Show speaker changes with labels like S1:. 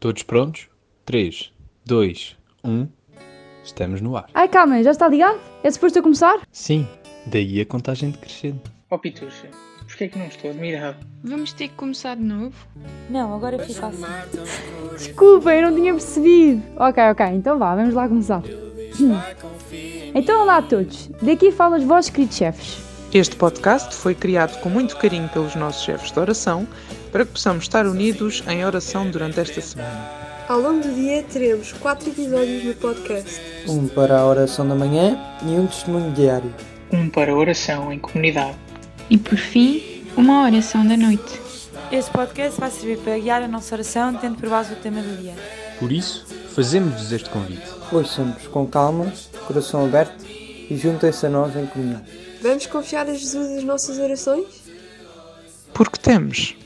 S1: Todos prontos? 3, 2, 1. Estamos no ar.
S2: Ai, calma, já está ligado? É suposto eu começar?
S1: Sim, daí a contagem decrescente.
S3: Ó Pitucha, porquê é que não estou admirado?
S4: Vamos ter que começar de novo?
S5: Não, agora fica assim.
S2: Desculpem, eu não tinha percebido. Ok, ok, então vá, vamos lá começar. Hum. Então, olá a todos. Daqui falam os vossos queridos chefes.
S6: Este podcast foi criado com muito carinho pelos nossos chefes de oração para que possamos estar unidos em oração durante esta semana.
S7: Ao longo do dia teremos quatro episódios no podcast.
S8: Um para a oração da manhã e um testemunho diário.
S3: Um para oração em comunidade.
S4: E por fim, uma oração da noite.
S5: Este podcast vai servir para guiar a nossa oração, tendo por base o tema do dia.
S1: Por isso, fazemos-vos este convite.
S8: Ouçam-nos com calma, coração aberto e juntem-se a nós em comunhão.
S7: Vamos confiar a Jesus as nossas orações?
S6: Porque temos.